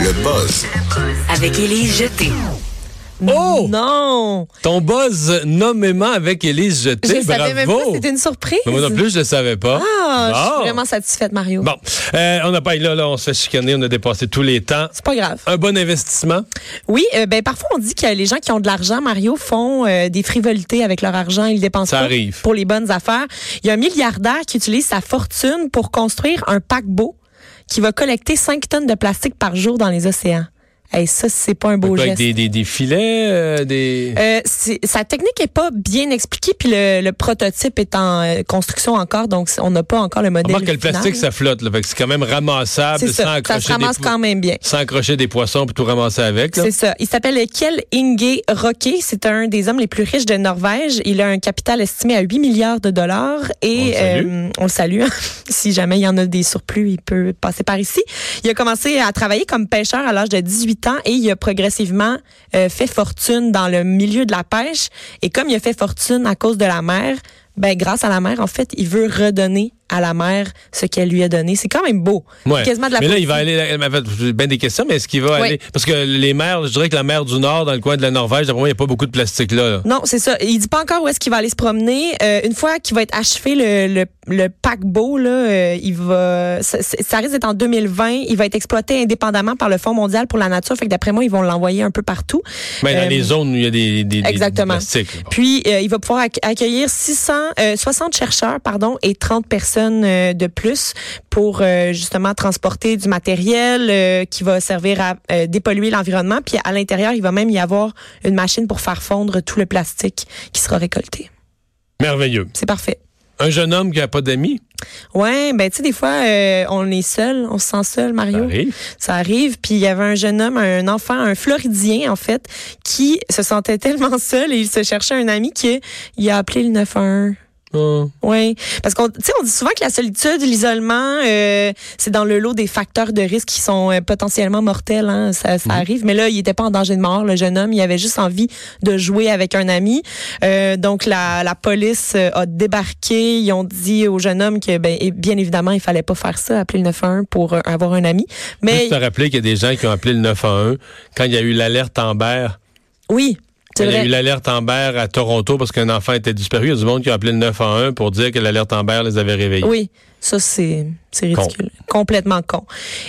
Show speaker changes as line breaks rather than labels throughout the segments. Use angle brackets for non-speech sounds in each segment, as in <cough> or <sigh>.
Le buzz
Avec Élise Jeté.
Oh!
Non!
Ton buzz nommément <laughs> avec Élise
Je
Jeté,
le
bravo!
savais même pas, c'était une surprise.
Mais moi non plus, je ne savais pas.
Ah, je
Bon.
suis vraiment satisfaite, Mario.
Bon, Euh, on n'a pas là, là, on se fait chicaner, on a dépassé tous les temps.
C'est pas grave.
Un bon investissement.
Oui, euh, ben parfois on dit que les gens qui ont de l'argent, Mario, font euh, des frivolités avec leur argent, ils le dépensent
Ça
pas
arrive.
pour les bonnes affaires. Il y a un milliardaire qui utilise sa fortune pour construire un paquebot qui va collecter 5 tonnes de plastique par jour dans les océans. Hey, ça, c'est pas un beau
Avec
geste.
des, des, des filets, euh, des.
Euh, c'est- sa technique est pas bien expliquée, puis le, le prototype est en euh, construction encore, donc on n'a pas encore le modèle.
Remarque que le
final.
plastique, ça flotte, là. Fait que c'est quand même ramassable
C'est
sans
ça, ça
accrocher
se ramasse
des po-
quand même bien.
sans accrocher des poissons pour tout ramasser avec. là.
C'est ça. Il s'appelle Kjell Inge Roque. C'est un des hommes les plus riches de Norvège. Il a un capital estimé à 8 milliards de dollars et
On le salue.
euh, on le salue. <laughs> si jamais il y en a des surplus, il peut passer par ici. Il a commencé à travailler comme pêcheur à l'âge de 18 ans et il a progressivement euh, fait fortune dans le milieu de la pêche. Et comme il a fait fortune à cause de la mer, ben grâce à la mer, en fait, il veut redonner à la mer ce qu'elle lui a donné. C'est quand même beau.
Ouais.
Quasiment de la
mais là, il va
poésie.
aller. là, en fait, J'ai bien des questions, mais est-ce qu'il va
Oui.
aller. Parce que les mers, je dirais que la mer du Nord, dans le coin de la Norvège, d'après moi, il n'y a pas beaucoup de plastique là. là.
Non, c'est ça. Il dit pas encore où est-ce qu'il va aller se promener. Euh, une fois qu'il va être achevé le, le, le paquebot, là, euh, il va. Ça, ça- ça risque d'être en 2020. Il va être exploité indépendamment par le Fonds mondial pour la nature. Fait que d'après moi, ils vont l'envoyer un peu partout.
Mais dans
Euh,
les zones où il y a des, des, des-
Exactement.
des plastiques. là.
Puis euh, il va pouvoir acc- accueillir 600, euh, 60 chercheurs pardon et 30 personnes euh, de plus pour euh, justement transporter du matériel euh, qui va servir à euh, dépolluer l'environnement. Puis à l'intérieur, il va même y avoir une machine pour faire fondre tout le plastique qui sera récolté.
Merveilleux.
C'est parfait.
Un jeune homme qui n'a pas d'amis.
Ouais, ben tu sais des fois euh, on est seul, on se sent seul Mario.
Ça arrive.
Ça arrive. puis il y avait un jeune homme, un enfant, un Floridien en fait, qui se sentait <laughs> tellement seul et il se cherchait un ami qui il a appelé le 911.
Oh.
Oui, parce qu'on tu sais on dit souvent que la solitude, l'isolement, euh, c'est dans le lot des facteurs de risque qui sont euh, potentiellement mortels. Hein. Ça,
Mhm.
ça arrive, mais là il était pas en danger de mort, le jeune homme. Il avait juste envie de jouer avec un ami. Euh, donc la, la police euh, a débarqué. Ils ont dit au jeune homme que ben et bien évidemment il fallait pas faire ça, appeler le 911 pour euh, avoir un ami. Mais
Juste te rappeler qu'il y a des gens qui ont appelé le 911 quand il y a eu l'alerte Amber.
oui, c'est
Quand il y a
vrai.
eu l'alerte Amber à Toronto parce qu'un enfant était disparu. Il y a du monde qui a appelé le 911 pour dire que l'alerte Amber les avait réveillés.
Oui, ça c'est c'est
Con.
ridicule, complètement con.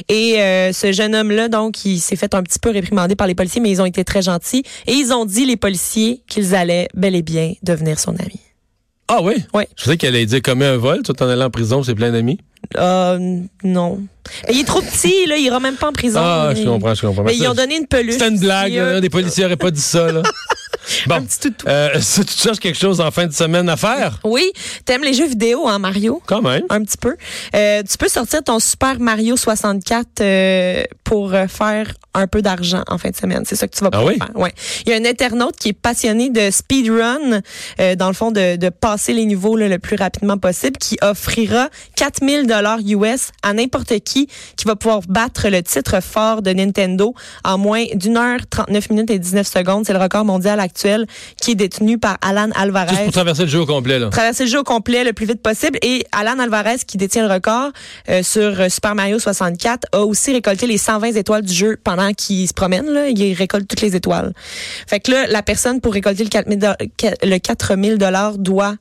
Et euh, ce jeune homme là donc il s'est fait un petit peu réprimander par les policiers mais ils ont été très gentils et ils ont dit les policiers qu'ils allaient bel et bien devenir son ami.
Ah oui?
Ouais.
Je sais qu'elle allait dire commet un vol, tout en allant en prison, c'est plein d'amis.
Euh, non. Mais il est trop petit là, il ira même pas en prison.
Ah, je
Il-
comprends, je comprends.
Mais
Mais
ils
ça,
ont donné une peluche.
C'était une blague,
Sérieux.
là, des policiers n'auraient pas dit
<laughs>
ça. Là.
Un
bon,
petit toutou.
euh, si tu cherches quelque chose en fin de semaine à faire,
Oui, t'aimes les jeux vidéo hein Mario
quand même.
un petit peu. Euh, tu peux sortir ton Super Mario 64 euh, pour euh, faire un peu d'argent en fin de semaine. C'est ça que tu vas
Ah
pouvoir
oui?
faire. Ouais. Il y a un internaute qui est passionné de speedrun, euh, dans le fond, de, de passer les niveaux là, le plus rapidement possible, qui offrira 4000 dollars US à n'importe qui qui va pouvoir battre le titre fort de Nintendo en moins d'une heure, 39 minutes et 19 secondes. C'est le record mondial actuel qui est détenu par Alan Alvarez
Juste pour traverser le jeu au complet. Là.
traverser le jeu au complet le plus vite possible. Et Alan Alvarez, qui détient le record euh, sur euh, Super Mario 64, a aussi récolté les 120 étoiles du jeu pendant qu'il se promène. Là. Il récolte toutes les étoiles. Fait que là, la personne, pour récolter le 4000 doll- que- le 4000 dollars doit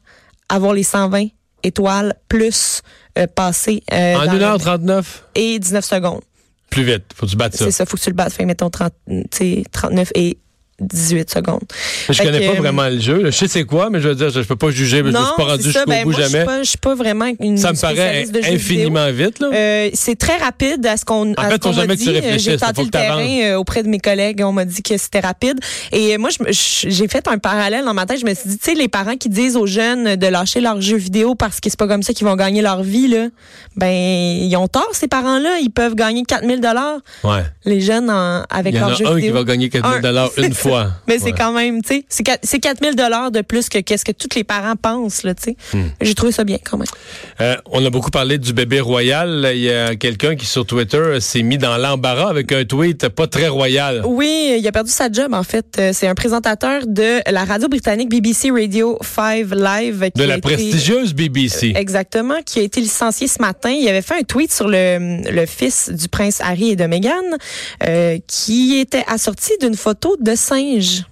avoir les 120 étoiles plus euh, passer euh,
En
dans
1h39,
le- et 19 secondes.
plus vite. Faut que tu battes ça.
C'est ça, faut que tu le battes. Fait que mettons 30, tu sais, 39 et 18 secondes.
Je
Fait
connais
que,
pas
euh,
vraiment le jeu. là. Je sais c'est quoi, mais je veux dire, je, je peux pas juger. mais je me suis pas rendu
c'est ça.
jusqu'au
Ben,
bout
moi, je suis
jamais.
pas- Je suis pas vraiment une
Ça me paraît
spécialiste de jeux vidéo.
infiniment vite. Là.
Euh, c'est très rapide à ce qu'on à ce
fait, faut
qu'on m'a
jamais que tu
dit. Euh,
réfléchisses,
J'ai tenté
faut
le
que t'avances.
terrain euh, auprès de mes collègues. On m'a dit que c'était rapide. Et euh, moi, je me- je- j'ai fait un parallèle dans ma tête. Je me suis dit, tu sais, les parents qui disent aux jeunes de lâcher leurs jeux vidéo parce que c'est pas comme ça qu'ils vont gagner leur vie, là, ben, ils ont tort, ces parents-là. Ils peuvent gagner 4000 dollars
Ouais.
les jeunes en- avec
Il y en
leurs
a
jeux
un qui
vidéo.
va gagner 4 000
Un, <laughs>
une
c'est
choix.
Mais
Ouais.
c'est quand même, tu sais, c'est quat- c'est 4000 dollars de plus que qu'est-ce que tous les parents pensent, là, tu sais.
Hmm.
J'ai trouvé ça bien quand même.
Euh, on a beaucoup parlé du bébé royal. Il y a quelqu'un qui sur Twitter euh, s'est mis dans l'embarras avec un tweet pas très royal.
Oui, il a perdu sa job, en fait. Euh, C'est un présentateur de la radio britannique BBC Radio 5 Live. qui
De
a
la
été- euh,
prestigieuse BBC.
Exactement, qui a été licencié ce matin. Il avait fait un tweet sur le, le fils du prince Harry et de Meghan, euh, qui était assorti d'une photo de singe.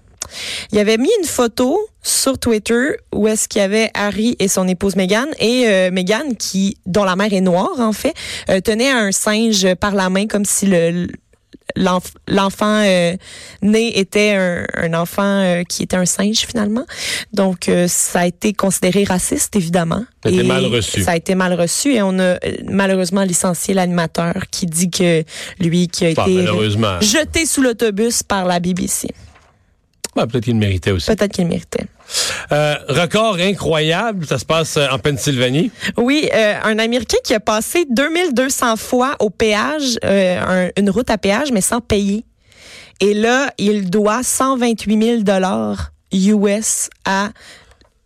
Il avait mis une photo sur Twitter où est-ce qu'il y avait Harry et son épouse Meghan et euh, Meghan qui dont la mère est noire en fait euh, tenait un singe par la main comme si le l'enf- l'enfant euh, né était un, un enfant euh, qui était un singe finalement. Donc euh, ça a été considéré raciste évidemment.
Ça a été
Et
mal reçu.
Ça a été mal reçu et on a euh, malheureusement licencié l'animateur qui dit que lui qui a
Pas
été
malheureusement.
jeté sous l'autobus par la BBC.
Ouais, Peut-être qu'il le méritait aussi.
Peut-être qu'il le méritait.
Euh, record incroyable, ça se passe euh, en Pennsylvanie.
Oui, euh, un Américain qui a passé 2200 fois au péage, euh, un- une route à péage, mais sans payer. Et là, il doit 128 000 dollars US à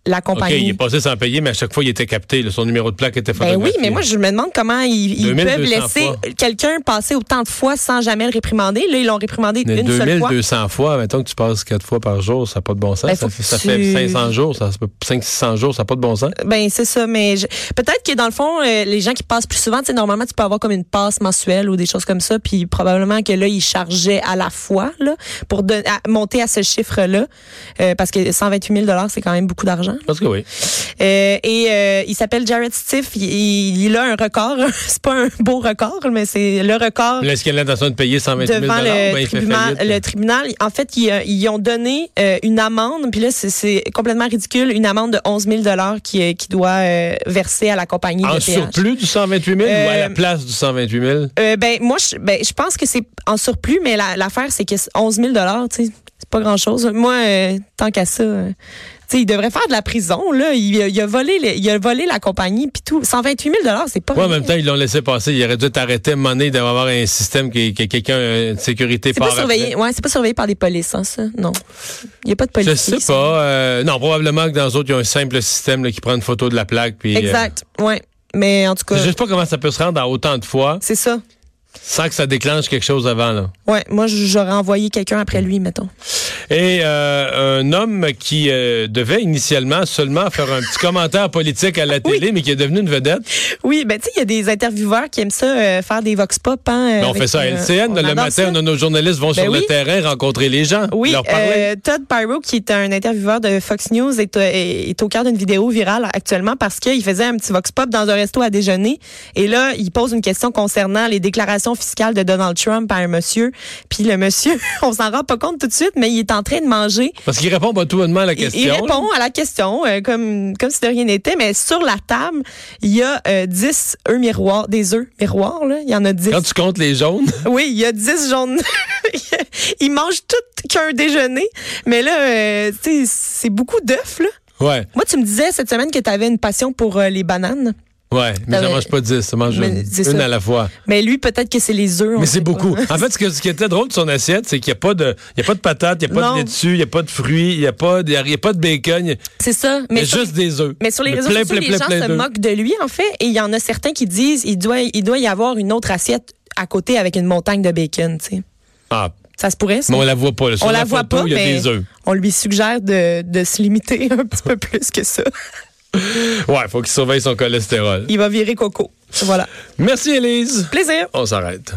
la
OK,
compagnie.
il est passé sans payer, mais à chaque fois, il était capté. là, son numéro de plaque était
ben
photographié.
oui, mais moi, je me demande comment ils, ils
2200
peuvent laisser
fois.
quelqu'un passer autant de fois sans jamais le réprimander. Là, ils l'ont réprimandé
Mais
une seule fois.
2200 fois, mettons que tu passes quatre fois par jour, ça n'a pas de bon sens.
Ben, faut
ça fait,
que
ça
tu-
fait 500 jours, ça 500-600 jours, ça n'a pas de bon sens.
Ben c'est ça, mais je- peut-être que dans le fond, euh, les gens qui passent plus souvent, tu sais, normalement tu peux avoir comme une passe mensuelle ou des choses comme ça, puis probablement que là ils chargeaient à la fois là pour don- à- monter à ce chiffre-là, euh, parce que 128 000 dollars c'est quand même beaucoup d'argent.
Parce que oui.
Euh, et euh, il s'appelle Jared Stiff, il, il, il a un record, <laughs> c'est pas un beau record, mais c'est le record
Est-ce qu'il a l'intention de payer 120 000
devant
Ben,
le
il fait
tribunal,
faillite.
le tribunal. En fait, ils, euh, ils ont donné euh, une amende, puis là, c'est- c'est complètement ridicule, une amende de 11 000 qui, euh, qui doit euh, verser à la compagnie
En
de péage.
surplus du 128 000 ou à la
Euh,
place du 128 000?
Euh, ben, moi, je, ben, je pense que c'est en surplus, mais la- l'affaire, c'est que c'est 11 000 tu sais, c'est pas grand-chose. Moi, euh, tant qu'à ça, euh, tu sais, il devrait faire de la prison, là. Il, a- il a, volé, les- il a volé la compagnie, puis tout. 128 000 c'est pas
Oui, en
rien.
même temps, ils l'ont laissé passer. Il aurait dû t'arrêter, monnaie, d'avoir un système qui, qui quelqu'un, euh, de sécurité
C'est pas
part après.
surveillé, ouais, c'est pas surveillé par des polices, hein, ça. Non. Il y a pas de police.
Je sais pas. euh, non, probablement que dans d'autres, il y a un simple système là, qui prend une photo de la plaque. Puis, euh,
Exact. Ouais. Mais en tout cas,
je sais pas comment ça peut se rendre à autant de fois
c'est ça.
sans que ça déclenche quelque chose avant. Là.
Ouais, moi j'aurais envoyé quelqu'un après lui, mettons.
Et euh, un homme qui euh, devait initialement seulement faire un petit commentaire politique à la télé, mais qui est devenu une vedette.
Oui, ben tu sais, il y a des intervieweurs qui aiment ça euh, faire des vox pop. Hein,
Ben, on
avec,
fait ça à
euh,
LCN.
on
le
adore
matin,
ça.
on a nos journalistes vont
Ben
sur le
oui.
terrain rencontrer les gens,
Oui,
leur parler.
euh, Todd Pyro, qui est un intervieweur de Fox News, est, euh, est, est au cœur d'une vidéo virale actuellement parce qu'il faisait un petit vox pop dans un resto à déjeuner. Et là, il pose une question concernant les déclarations fiscales de Donald Trump à un monsieur. Puis le monsieur, <laughs> on s'en rend pas compte tout de suite, mais il est en train de manger
Parce qu'il répond pas tout bonnement à la
Il-
question.
Il
là.
répond à la question euh, comme, comme si de rien n'était, mais sur la table, il y a euh, 10 œufs miroirs, des œufs miroirs, là. Il y en a 10.
Quand tu comptes les jaunes, <laughs>
Oui, il y a 10 jaunes. <laughs> il mange tout qu'un déjeuner, mais là, euh, tu sais, c'est beaucoup d'œufs, là.
ouais,
Moi, tu me disais cette semaine que tu avais une passion pour euh, les bananes,
ouais, mais ça
mais-
mange pas 10, ça mange
mais
une,
c'est
une
ça.
à la fois.
mais lui, peut-être que c'est les œufs. on
Mais
sait
c'est
pas.
beaucoup. En fait, ce, que- ce qui était drôle de son assiette, c'est qu'il n'y a pas de, il y a pas de patates, il n'y a pas
Non.
de laitue, il n'y a pas de fruits, il n'y a pas, de- il y a pas de bacon, il y a-
<laughs> C'est ça.
il y a
Mais sur-
juste des œufs.
Mais sur les réseaux
plein,
sociaux,
plein,
les
plein,
gens
plein
se
d'œufs.
moquent de lui, en fait. Et il y en a certains qui disent il doit, il doit y avoir une autre assiette à côté avec une montagne de bacon, tu sais.
Ah,
Ça se pourrait, ça?
mais on la voit pas. là. Sur
On la voit
photo,
pas,
Il y a
mais-
des œufs.
On lui suggère de, de se limiter <laughs> un petit peu plus que ça.
Ouais, faut qu'il surveille son cholestérol.
Il va virer coco. Voilà.
Merci, Élise.
Plaisir.
On s'arrête.